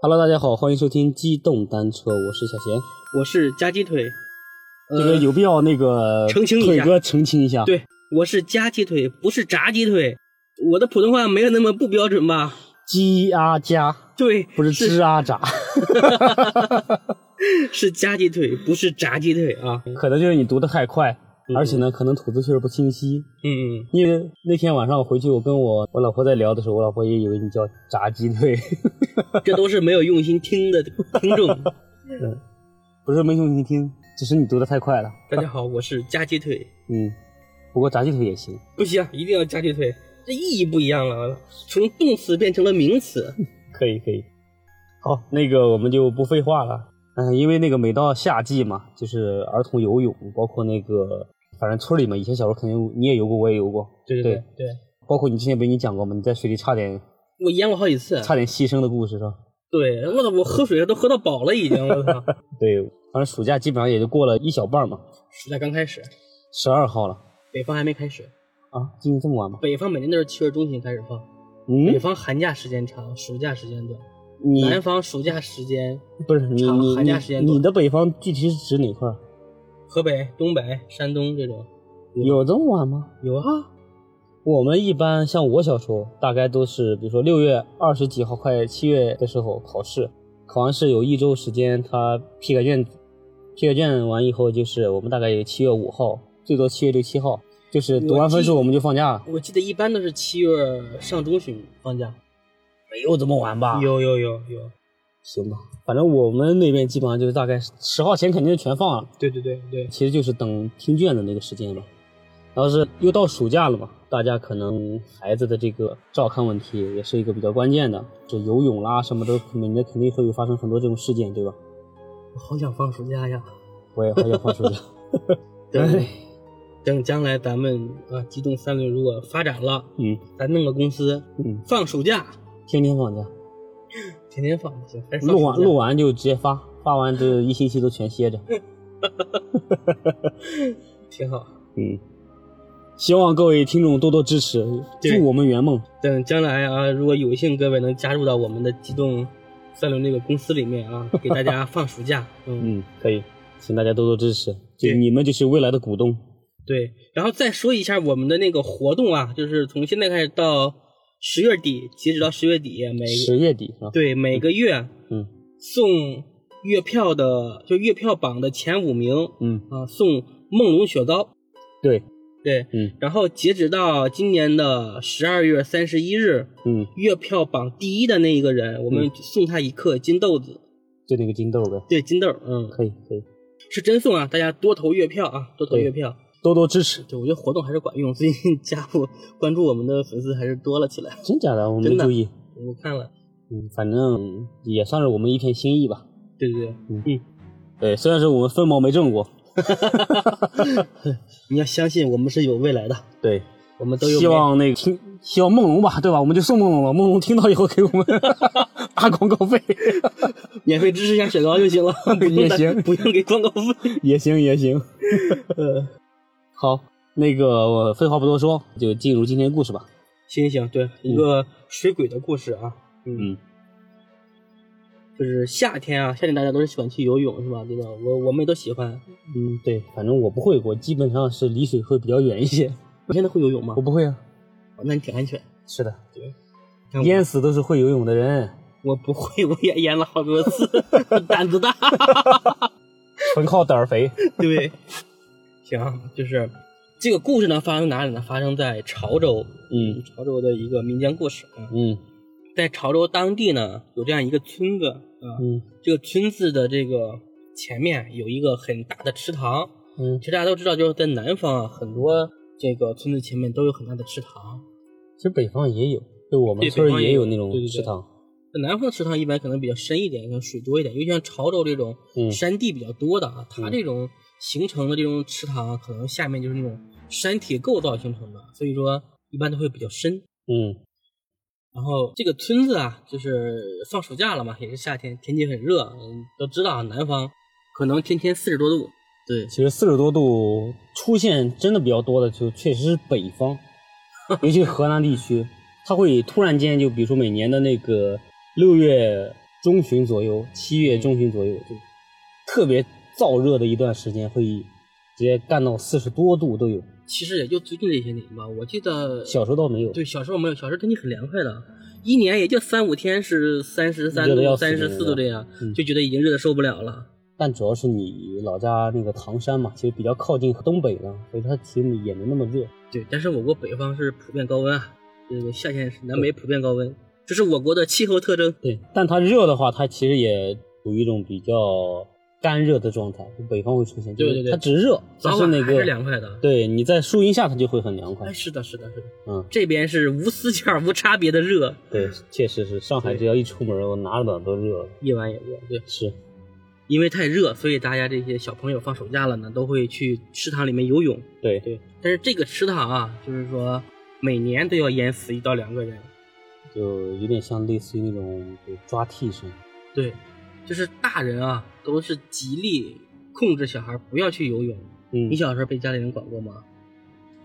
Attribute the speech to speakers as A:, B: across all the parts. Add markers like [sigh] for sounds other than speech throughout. A: Hello，大家好，欢迎收听机动单车，我是小贤。
B: 我是夹鸡腿，
A: 这个
B: 呃
A: 有必要那个
B: 澄清一下
A: 腿哥澄清一下，
B: 对，我是夹鸡腿，不是炸鸡腿。我的普通话没有那么不标准吧？
A: 鸡啊加
B: 对，
A: 不是
B: 是
A: 吱啊喳， [laughs]
B: 是夹鸡腿，不是炸鸡腿啊。嗯
A: 可能就是你读的太快，
B: 嗯
A: 而且呢，可能吐字确实不清晰。
B: 嗯，
A: 因为那天晚上我回去，我跟我我老婆在聊的时候，我老婆也以为你叫炸鸡腿， [laughs]
B: 这都是没有用心听的 [laughs] 听众。
A: 不是没用心听，只是你读的太快了。
B: 大家好，我是夹鸡腿，
A: 嗯，不过炸鸡腿也行。
B: 不行，啊一定要夹鸡腿，这意义不一样了，从动词变成了名词。
A: 可以可以。好，那个我们就不废话了。嗯，因为那个每到夏季嘛，就是儿童游泳，包括那个，反正村里嘛，以前小时候肯定你也游过，我也游过，
B: 对
A: 对
B: 对对，
A: 包括你之前不是你讲过吗？你在水里差
B: 嗯
A: 点
B: 我淹过好几次。
A: 差点牺牲的故事是吧？
B: 对，我操，我喝水都喝到饱了已经，我操！
A: 对，反正暑假基本上也就过了一小半嘛，
B: 暑假刚开始，
A: 十二号了
B: 北方还没开始，
A: 啊，今年这么晚吗？
B: 北方每年都是七月中旬开始放。北
A: 嗯，
B: 方寒假时间长，暑假时间短；
A: 你
B: 南方暑假时间，
A: 不是你
B: 哎长
A: 你
B: 寒假时间
A: 你
B: 多
A: 你的北方具体是指哪块儿？
B: 河北、东北、山东这种
A: 有这么晚吗？
B: 有啊。
A: 我们一般像我小时候，大概都是比如说六月二十几号，快七月的时候考试，考完试有一周时间，他批改卷子，批改卷完以后就是我们大概有七月五号，最多七月六七号，就是读完分数我们就放假了，
B: 我记得一般都是七月上中旬放假。
A: 没有这么晚吧
B: 有有有有，
A: 行吧，反正我们那边基本上就是大概十号前肯定是全放了，
B: 对对对对，
A: 其实就是等听卷的那个时间吧。然后是又到暑假了嘛，大家可能孩子的这个照看问题也是一个比较关键的，这游泳啦什么都每年肯定会有发生很多这种事件，对吧？
B: 我好想放暑假呀。哎
A: 我也好想放暑
B: [laughs]
A: 假。
B: 等等，将来咱们啊，机动三轮如果发展了，
A: [laughs] 嗯
B: 咱弄个公司
A: 嗯，
B: 放暑假，
A: 天天放假，
B: 天天放不行，还是
A: [laughs]
B: 放暑
A: 录
B: 假
A: 完录完就直接发，发完这一星期都全歇着。
B: 挺好。
A: 嗯，希望各位听众多多支持，
B: 对
A: 祝我们圆梦。
B: 等将来啊，如果有幸各位能加入到我们的机动三轮这个公司里面啊，给大家放暑假， [laughs] 嗯，
A: 嗯，可以，请大家多多支持，就
B: 对
A: 你们就是未来的股东。
B: 对。然后再说一下我们的那个活动啊，就是从现在开始到十月底，截止到十月底，每
A: 十月底是吧？
B: 对每个月
A: 嗯
B: 送月票的，就月票榜的前五名
A: 嗯，
B: 啊，送梦龙雪糕，
A: 对，
B: 对。
A: 嗯
B: 然后截止到今年的十二月三十一日，
A: 嗯，
B: 月票榜第一的那一个人，我们送他一克金豆子。
A: 就那个金豆呗。
B: 对，金豆儿，嗯，
A: 可以可以，
B: 是真送啊！大家多投月票啊，多投
A: 对
B: 月票。
A: 多多支持。
B: 对，我觉得活动还是管用，最近加入关注我们的粉丝还是多了起来。
A: 真假的，我没
B: 真的
A: 注意。
B: 我看了，
A: 嗯，反正也算是我们一片心意吧。
B: 对对对，
A: 对，虽然是我们分毛没挣过，
B: 你要相信我们是有未来的，
A: 对，
B: 我们都有。
A: 希望那个听，希望梦龙吧，对吧？我们就送梦龙了，梦龙听到以后给我们 [laughs] 打广告费 [laughs]
B: 免费支持一下雪糕就行了，不用
A: 也
B: 的
A: 行
B: 不用给广告费。
A: 也行也行。
B: 呃，
A: 好，那个我废话不多说，就进入今天的故事吧。
B: 行行，对，一个水鬼的故事啊，嗯，
A: 嗯，
B: 就是夏天啊，夏天大家都是喜欢去游泳是吧？对吧？我我们也都喜欢。
A: 嗯，对，反正我不会，我基本上是离水会比较远一些。
B: 你现在会游泳吗哦
A: 我？不会啊。
B: 那你挺安全。
A: 是的，
B: 看我
A: 淹死都是会游泳的人，
B: 我不会，我也淹了好多
A: [laughs]
B: 次，胆子大。 [laughs]
A: 纯靠胆儿肥。
B: 对，行，就是这个故事呢，发生哪里呢？发生在潮州，
A: 嗯
B: 潮州的一个民间故事啊。
A: 嗯
B: 在潮州当地呢，有这样一个村子啊，
A: 嗯
B: 这个村子的这个前面有一个很大的池塘。
A: 嗯
B: 其，实大家都知道，就是在南方啊，很多这个村子前面都有很大的池塘。
A: 其实北方也有，就我们
B: 对
A: 村
B: 北
A: 儿
B: 方
A: 也
B: 也
A: 有
B: 有
A: 那种
B: 对对对
A: 池塘。
B: 在南方的池塘一般可能比较深一点，可能水多一点，尤其像潮州这种
A: 嗯
B: 山地比较多的啊，它
A: 嗯
B: 这种形成的这种池塘啊，可能下面就是那种山体构造形成的，所以说一般都会比较深。
A: 嗯
B: 然后这个村子啊，就是放暑假了嘛，也是夏天，天气很热，嗯，都知道啊南方可能天天四十多度，对，
A: 其实四十多度出现真的比较多的，就确实是北方，尤其是河南地区，它会突然间就，比如说每年的那个六月中旬左右，七月中旬左右，就特别燥热的一段时间，会直接干到四十多度都有。
B: 其实也就最近这些年吧，我记得
A: 小时候倒没有，
B: 对小时候没有，小时候天气很凉快的，一年也就三五天是三十三
A: 热得
B: 度、
A: 要死
B: 三十四度这样，
A: 嗯
B: 就觉得已经热的受不了了。
A: 但主要是你老家那个唐山嘛，其实比较靠近东北了，所以它其实也没那么热。
B: 对，但是我国北方是普遍高温啊，这个夏天是南北普遍高温，这是我国的气候特征。
A: 对，但它热的话，它其实也处于一种比较干热的状态，就北方会出现。就是
B: 对对对
A: 它只热，但
B: 早
A: 是
B: 晚
A: 那
B: 还
A: 个哦
B: 是凉快的。
A: 对，你在树荫下它就会很凉快
B: 哎，。是的，是的，是的。
A: 嗯，
B: 这边是无死角、无差别的热，
A: 对，确实是上海，
B: 嗯对
A: 只要一出门，我哪儿哪儿都热了。
B: 夜晚也热。对，
A: 是，
B: 因为太热，所以大家这些小朋友放暑假了呢，都会去池塘里面游泳。
A: 对，
B: 对，但是这个池塘啊，就是说每年都要淹死一到两个人。
A: 就有点像类似于那种就抓替身。
B: 对，就是大人啊，都是极力控制小孩不要去游泳。
A: 嗯
B: 你，小时候被家里人管过吗？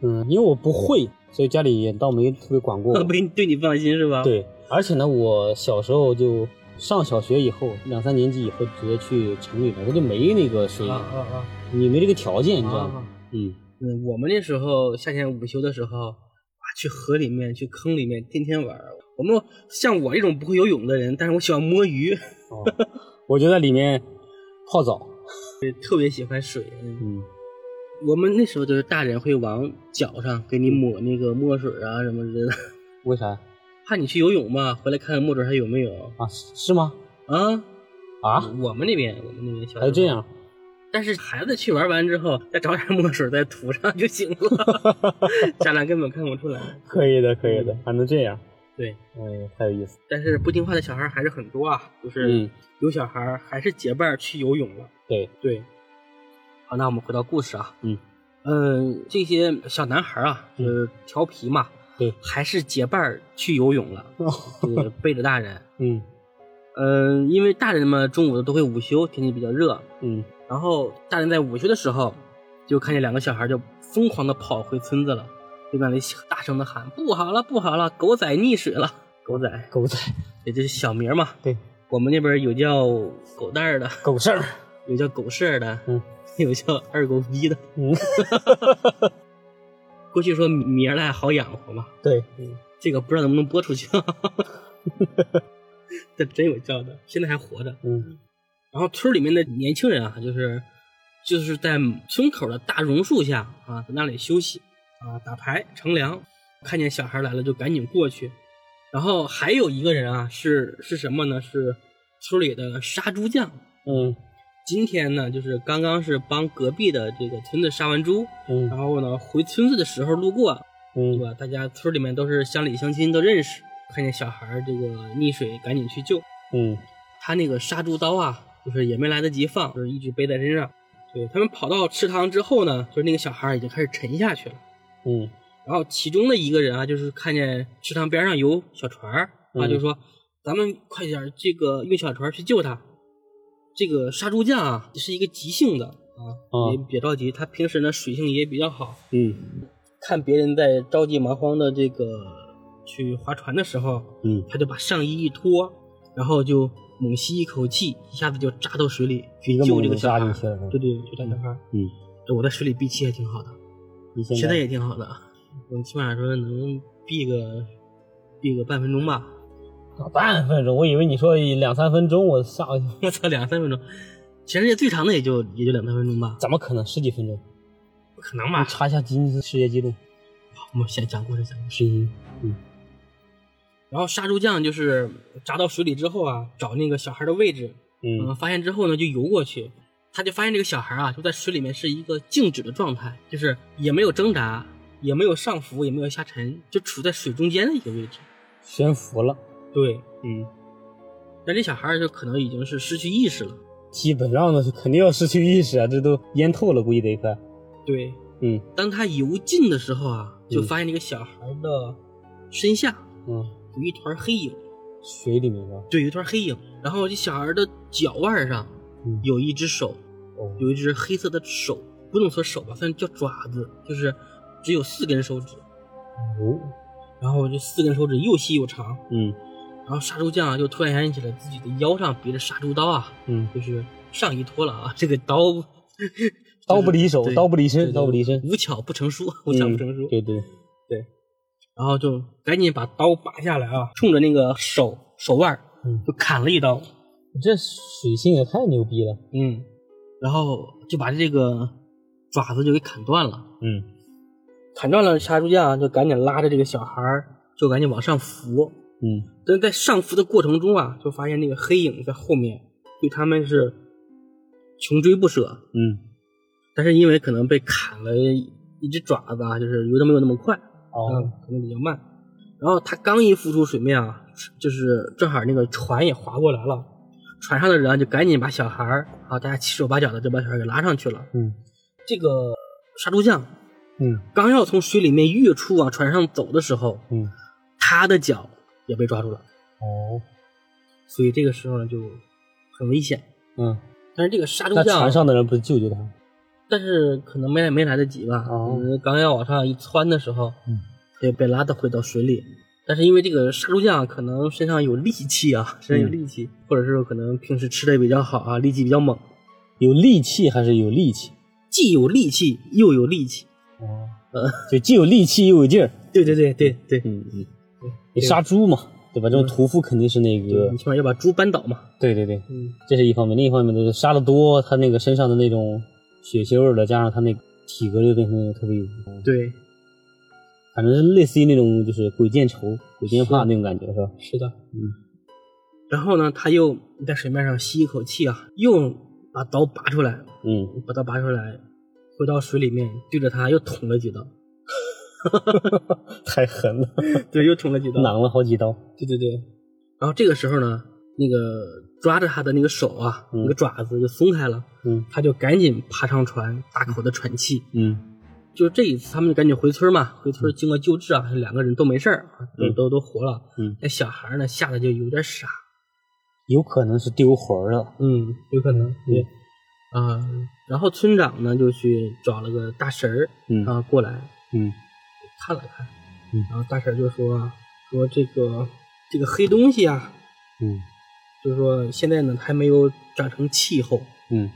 A: 嗯，因为我不会，所以家里也倒没特别管过
B: [laughs]
A: 我。
B: 没对你放心是吧？，
A: 对，而且呢，我小时候就上小学以后，两三年级以后直接去城里了，他就没那个水，
B: 啊啊啊！
A: 你没这个条件，你
B: 啊
A: 知道吗？嗯，
B: 嗯，我们那时候夏天午休的时候啊，去河里面、去坑里面，天天玩儿。我们像我这种不会游泳的人，但是我喜欢摸鱼，
A: 哦，我就在里面泡澡。
B: 特别喜欢水。嗯
A: 嗯，
B: 我们那时候就是大人会往脚上给你抹那个墨水啊什么之类的， [laughs]
A: 为啥
B: 怕你去游泳嘛，回来看看墨水还有没有
A: 啊？是是吗？
B: 啊？
A: 啊，
B: 我们那边我们那边小时候
A: 还有这，样？
B: 但是孩子去玩完之后，再找点墨水再涂上就行了，
A: [laughs]
B: 家长根本看不出来。
A: 可以的，可以的，还能这样？
B: 对，
A: 哎，太有意思。
B: 但是不听话的小孩还是很多啊，就是。
A: 嗯，
B: 有小孩儿还是结伴儿去游泳了。
A: [laughs] 对，
B: 对，好，那我们回到故事啊，
A: 嗯
B: 嗯，这些小男孩儿啊，
A: 嗯
B: 就是调皮嘛，
A: 对，
B: 还是结伴儿去游泳了，就是背着大人。
A: 嗯
B: 嗯，因为大人们中午都会午休，天气比较热，
A: 嗯，
B: 然后大人在午休的时候，就看见两个小孩就疯狂的跑回村子了，就在那里大声的喊：“不好了，不好了，狗仔溺水了！”狗仔，
A: 狗仔，
B: 也就是小名儿嘛。
A: 对，
B: 我们那边儿有叫狗蛋儿的，
A: 狗事儿。
B: 有叫狗剩儿的，
A: 嗯，
B: 有叫二狗逼的。
A: 嗯，
B: 过去说米儿赖好养活嘛，
A: 对，
B: 这个不知道能不能播出去。 [laughs] 这真有叫的，现在还活着。
A: 嗯
B: 然后村里面的年轻人啊，就是就是在村口的大榕树下啊，在那里休息啊，打牌乘凉。看见小孩来了，就赶紧过去。然后还有一个人啊，是是什么呢？是村里的杀猪匠。
A: 嗯
B: 今天呢，就是刚刚是帮隔壁的这个村子杀完猪，然
A: 嗯
B: 后呢，回村子的时候路过，啊对
A: 嗯
B: 吧？大家村里面都是乡里乡亲都认识，看见小孩儿这个溺水，赶紧去救。
A: 嗯
B: 他那个杀猪刀啊，就是也没来得及放，就是一直背在身上。对他们跑到池塘之后呢，就是那个小孩儿已经开始沉下去了。
A: 嗯
B: 然后其中的一个人啊，就是看见池塘边上有小船儿，啊，
A: 嗯
B: 就说咱们快点儿这个用小船儿去救他。这个杀猪匠啊是一个急性子啊，
A: 哦
B: 也别着急，他平时呢水性也比较好。
A: 嗯
B: 看别人在着急忙慌的这个去划船的时候，
A: 嗯，
B: 他就把上衣一脱，然后就猛吸一口气，一下子就扎到水里
A: 一
B: 去
A: 个
B: 救
A: 猛
B: 这个
A: 子
B: 小
A: 扎进
B: 孩儿。
A: 去了是吧
B: 对对，就这小孩儿。
A: 啊嗯
B: 哎，我在水里闭气还挺好的，
A: 你
B: 现
A: 现
B: 在也挺好的，我起码说能闭个闭个半分钟吧。
A: 半分钟，我以为你说两三分钟，我吓我一跳。
B: 我操，两三分钟，全世界最长的也就也就两三分钟吧，
A: 怎么可能十几分钟？
B: 不可能
A: 你
B: 吧？
A: 查一下吉尼斯世界纪录。嗯
B: 我们先讲故事，讲故事。
A: 行，
B: 然后杀猪匠就是扎到水里之后啊，找那个小孩的位置，嗯，
A: 嗯
B: 发现之后呢，就游过去，他就发现这个小孩啊，就在水里面是一个静止的状态，就是也没有挣扎，也没有上浮，也没有下沉，就处在水中间的一个位置。
A: 悬浮了。
B: 对，
A: 嗯，
B: 但这小孩就可能已经是失去意识了。
A: 基本上呢，肯定要失去意识啊，这都淹透了，估计得快。
B: 对，
A: 嗯
B: 当他游近的时候啊，就
A: 嗯
B: 发现这个小孩的身下
A: 嗯，
B: 有一团黑影，
A: 水里面是吧？
B: 对，有一团黑影。然后这小孩的脚腕上
A: 嗯
B: 有一只手，
A: 哦
B: 有一只黑色的手，不能说手吧，算叫爪子，就是只有四根手指。
A: 哦，
B: 然后这四根手指又细又长，
A: 嗯
B: 然后杀猪匠啊就突然想起来自己的腰上别着杀猪刀啊，
A: 嗯，
B: 就是上衣脱了啊， [laughs] 这个刀
A: 刀不离手
B: 对，
A: 刀不离
B: 对
A: 身，
B: 对
A: 刀不离身，嗯
B: 无巧不成书，无巧不成书。
A: 对对，
B: 然后就赶紧把刀拔下来啊，冲着那个手手腕儿
A: 嗯
B: 就砍了一刀，
A: 这水性也太牛逼了，
B: 嗯，然后就把这个爪子就给砍断了。
A: 嗯
B: 砍断了杀猪匠就赶紧拉着这个小孩儿，就赶紧往上扶。
A: 嗯
B: 但在上扶的过程中啊，就发现那个黑影在后面对他们是穷追不舍，
A: 嗯，
B: 但是因为可能被砍了一只爪子啊，就是游的没有那么快，嗯
A: 哦，，
B: 可能比较慢。然后他刚一浮出水面啊，就是正好那个船也划过来了，船上的人啊就赶紧把小孩儿啊，大家七手八脚的就把小孩儿给拉上去了。
A: 嗯
B: 这个杀猪匠
A: 嗯
B: 刚要从水里面跃出往船上走的时候，
A: 嗯，
B: 他的脚也被抓住了，
A: 哦，
B: 所以这个时候呢就很危险。
A: 嗯，
B: 但是这个杀猪
A: 那
B: 匠
A: 船，上的人不是救救他？
B: 但是可能没来没来得及吧，
A: 哦
B: 嗯刚要往上一窜的时候，
A: 嗯，
B: 被被拉到回到水里。但是因为这个杀猪匠可能身上有力气啊，身上有力气，或者是可能平时吃的也比较好啊，力气比较猛，
A: 有力气还是有力气？
B: 既有力气又有力气。
A: 哦，就既有力气又有劲儿。
B: 对对对对对，
A: 嗯嗯，你
B: 对
A: 杀猪嘛，对吧？这种屠夫肯定是那
B: 就
A: 个
B: 嗯你，起码要把猪扳倒嘛。
A: 对对对，
B: 嗯，
A: 这是一方面。另一方面就是杀的多，他那个身上的那种血腥味儿了，加上他那个体格就变成那种特别有，
B: 对，
A: 反正是类似于那种就是鬼见愁、鬼见怕那种感觉，是吧？
B: 是的，
A: 嗯。
B: 然后呢，他又在水面上吸一口气啊，又把刀拔出来，
A: [laughs] 嗯，
B: 把刀拔出来，回到水里面，对着他又捅了几刀，
A: 太狠了，
B: 对，又捅了几刀，
A: 攮了好几刀。
B: 对对对。然后这个时候呢，那个抓着他的那个手啊，
A: 嗯
B: 那个爪子就松开了，
A: 嗯
B: 他就赶紧爬上船，大口的喘气。
A: 嗯
B: 就这一次，他们就赶紧回村嘛，回村经过救治啊，两个人都没事儿啊，都
A: 嗯
B: 都都活了。
A: 嗯，
B: 那小孩呢，吓得就有点傻，
A: 有可能是丢魂儿了。
B: 嗯，有可能，对，啊、然后村长呢就去找了个大神儿
A: 嗯
B: 啊过来
A: 嗯
B: 看了看，
A: 嗯
B: 然后大婶儿就说啊说这个这个黑东西啊，
A: 嗯
B: 就是说现在呢还没有长成气候，
A: 嗯，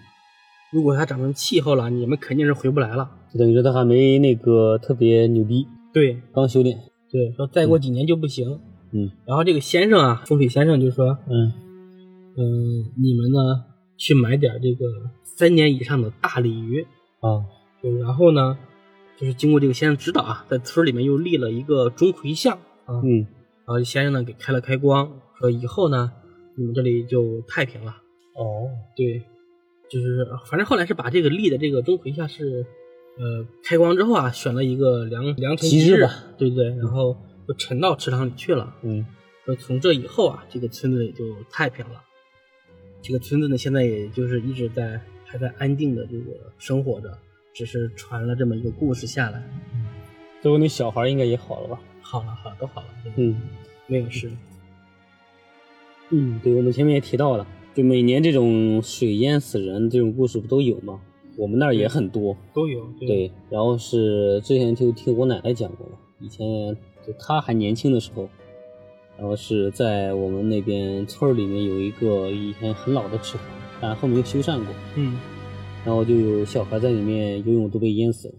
B: 如果它长成气候了，你们肯定是回不来了。
A: 就等于说他还没那个特别牛逼，
B: 对
A: 刚修炼。
B: 对，说再过几年就不行。
A: 嗯
B: 然后这个先生啊，风水先生就说，
A: 嗯
B: 嗯，你们呢去买点儿这个三年以上的大鲤鱼，
A: 啊
B: 对，然后呢，就是经过这个先生指导啊，在村里面又立了一个钟馗像啊，然
A: 嗯
B: 后先生呢给开了开光，说以后呢，你们这里就太平了。
A: 哦
B: 对，就是反正后来是把这个立的这个钟馗像是，呃，开光之后啊，选了一个良良辰
A: 吉
B: 日
A: 日吧，
B: 对不对？然后就沉到池塘里去了。
A: 嗯
B: 说从这以后啊，这个村子也就太平了。这个村子呢，现在也就是一直在还在安定的这个生活着，只是传了这么一个故事下来。
A: 最后那小孩儿应该也好了吧？
B: 好了，好了，都好了，这个
A: 嗯
B: 没有事。
A: 嗯，对，我们前面也提到了，就每年这种水淹死人这种故事不都有吗？我们那儿也很多。
B: 都有，
A: 对，然后是之前就听我奶奶讲过嘛，以前就她还年轻的时候，然后是在我们那边村儿里面有一个以前很老的池塘，但后面又修缮过，
B: 嗯
A: 然后就有小孩在里面游泳都被淹死了。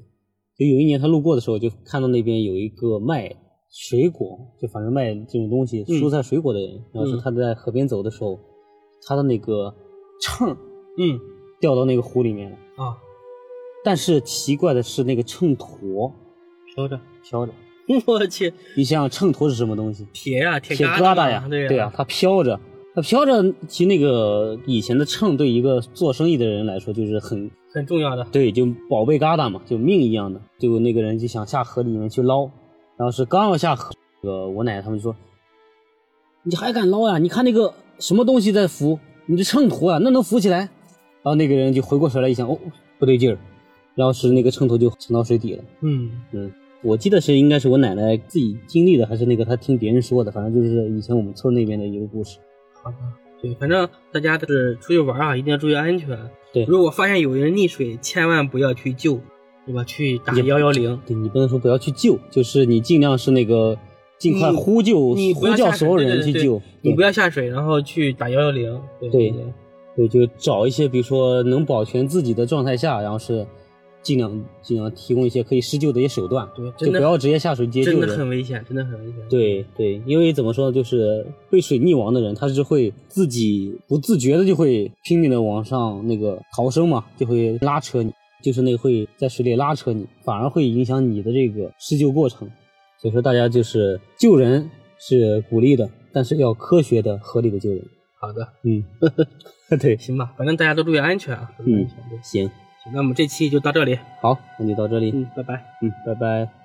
A: 就有一年他路过的时候，就看到那边有一个卖水果，就反正卖这种东西、
B: 嗯
A: 蔬菜水果的人，然后是
B: 嗯
A: 他在河边走的时候，他的那个秤
B: 嗯
A: 掉到那个湖里面了。
B: 啊， [laughs]
A: 但是奇怪的是，那个秤砣
B: 飘着，
A: 飘着。
B: 我去，
A: 你想想，秤砣是什么东西？
B: 铁呀、铁
A: 铁疙瘩呀，
B: 对
A: 对呀、它飘着，它飘着。其实那个以前的秤对一个做生意的人来说，就是很
B: 很重要的。
A: 对，就宝贝疙瘩嘛，就命一样的。就那个人就想下河里面去捞，然后是刚要下河，这个我奶奶他们就说：“你还敢捞呀？你看那个什么东西在浮，你的秤砣啊，那能浮起来？”然后那个人就回过神来一想，哦，不对劲儿，然后是那个秤砣就沉到水底了。
B: 嗯
A: 我记得是应该是我奶奶自己经历的，还是那个她听别人说的，反正就是以前我们村那边的一个故事。
B: 对，反正大家就是出去玩啊，一定要注意安全。
A: 对
B: 如果发现有人溺水，千万不要去救，对吧？去打
A: 也
B: 幺幺零。
A: 对你不能说不要去救，就是你尽量是那个尽快
B: 你
A: 呼救，
B: 你不
A: 呼
B: 要
A: 叫
B: 下
A: 所有
B: 水，对
A: 人
B: 对
A: 去
B: 对
A: 救，
B: 你
A: 对
B: 不要下水，然后去打幺幺零。
A: 对
B: 对，
A: 对，就找一些比如说能保全自己的状态下，然后是尽量尽量提供一些可以施救的一些手段，
B: 对
A: 就
B: 真的
A: 不要直接下水接
B: 真
A: 救
B: 的
A: 人。
B: 很危险，真的很危险。
A: 对对，因为怎么说呢，就是被水溺亡的人，他是会自己不自觉的就会拼命的往上那个逃生嘛，就会拉扯你，就是那个会在水里拉扯你，反而会影响你的这个施救过程。所以说，大家就是救人是鼓励的，但是要科学的、合理的救人。
B: 好的，
A: 嗯， [laughs] 对，
B: 行吧，反正大家都注意安全
A: 嗯
B: 啊。注意安全对
A: 行，
B: 行那我们这期就到这里，
A: 好，那就到这里，
B: 嗯，拜拜。
A: 嗯，拜拜。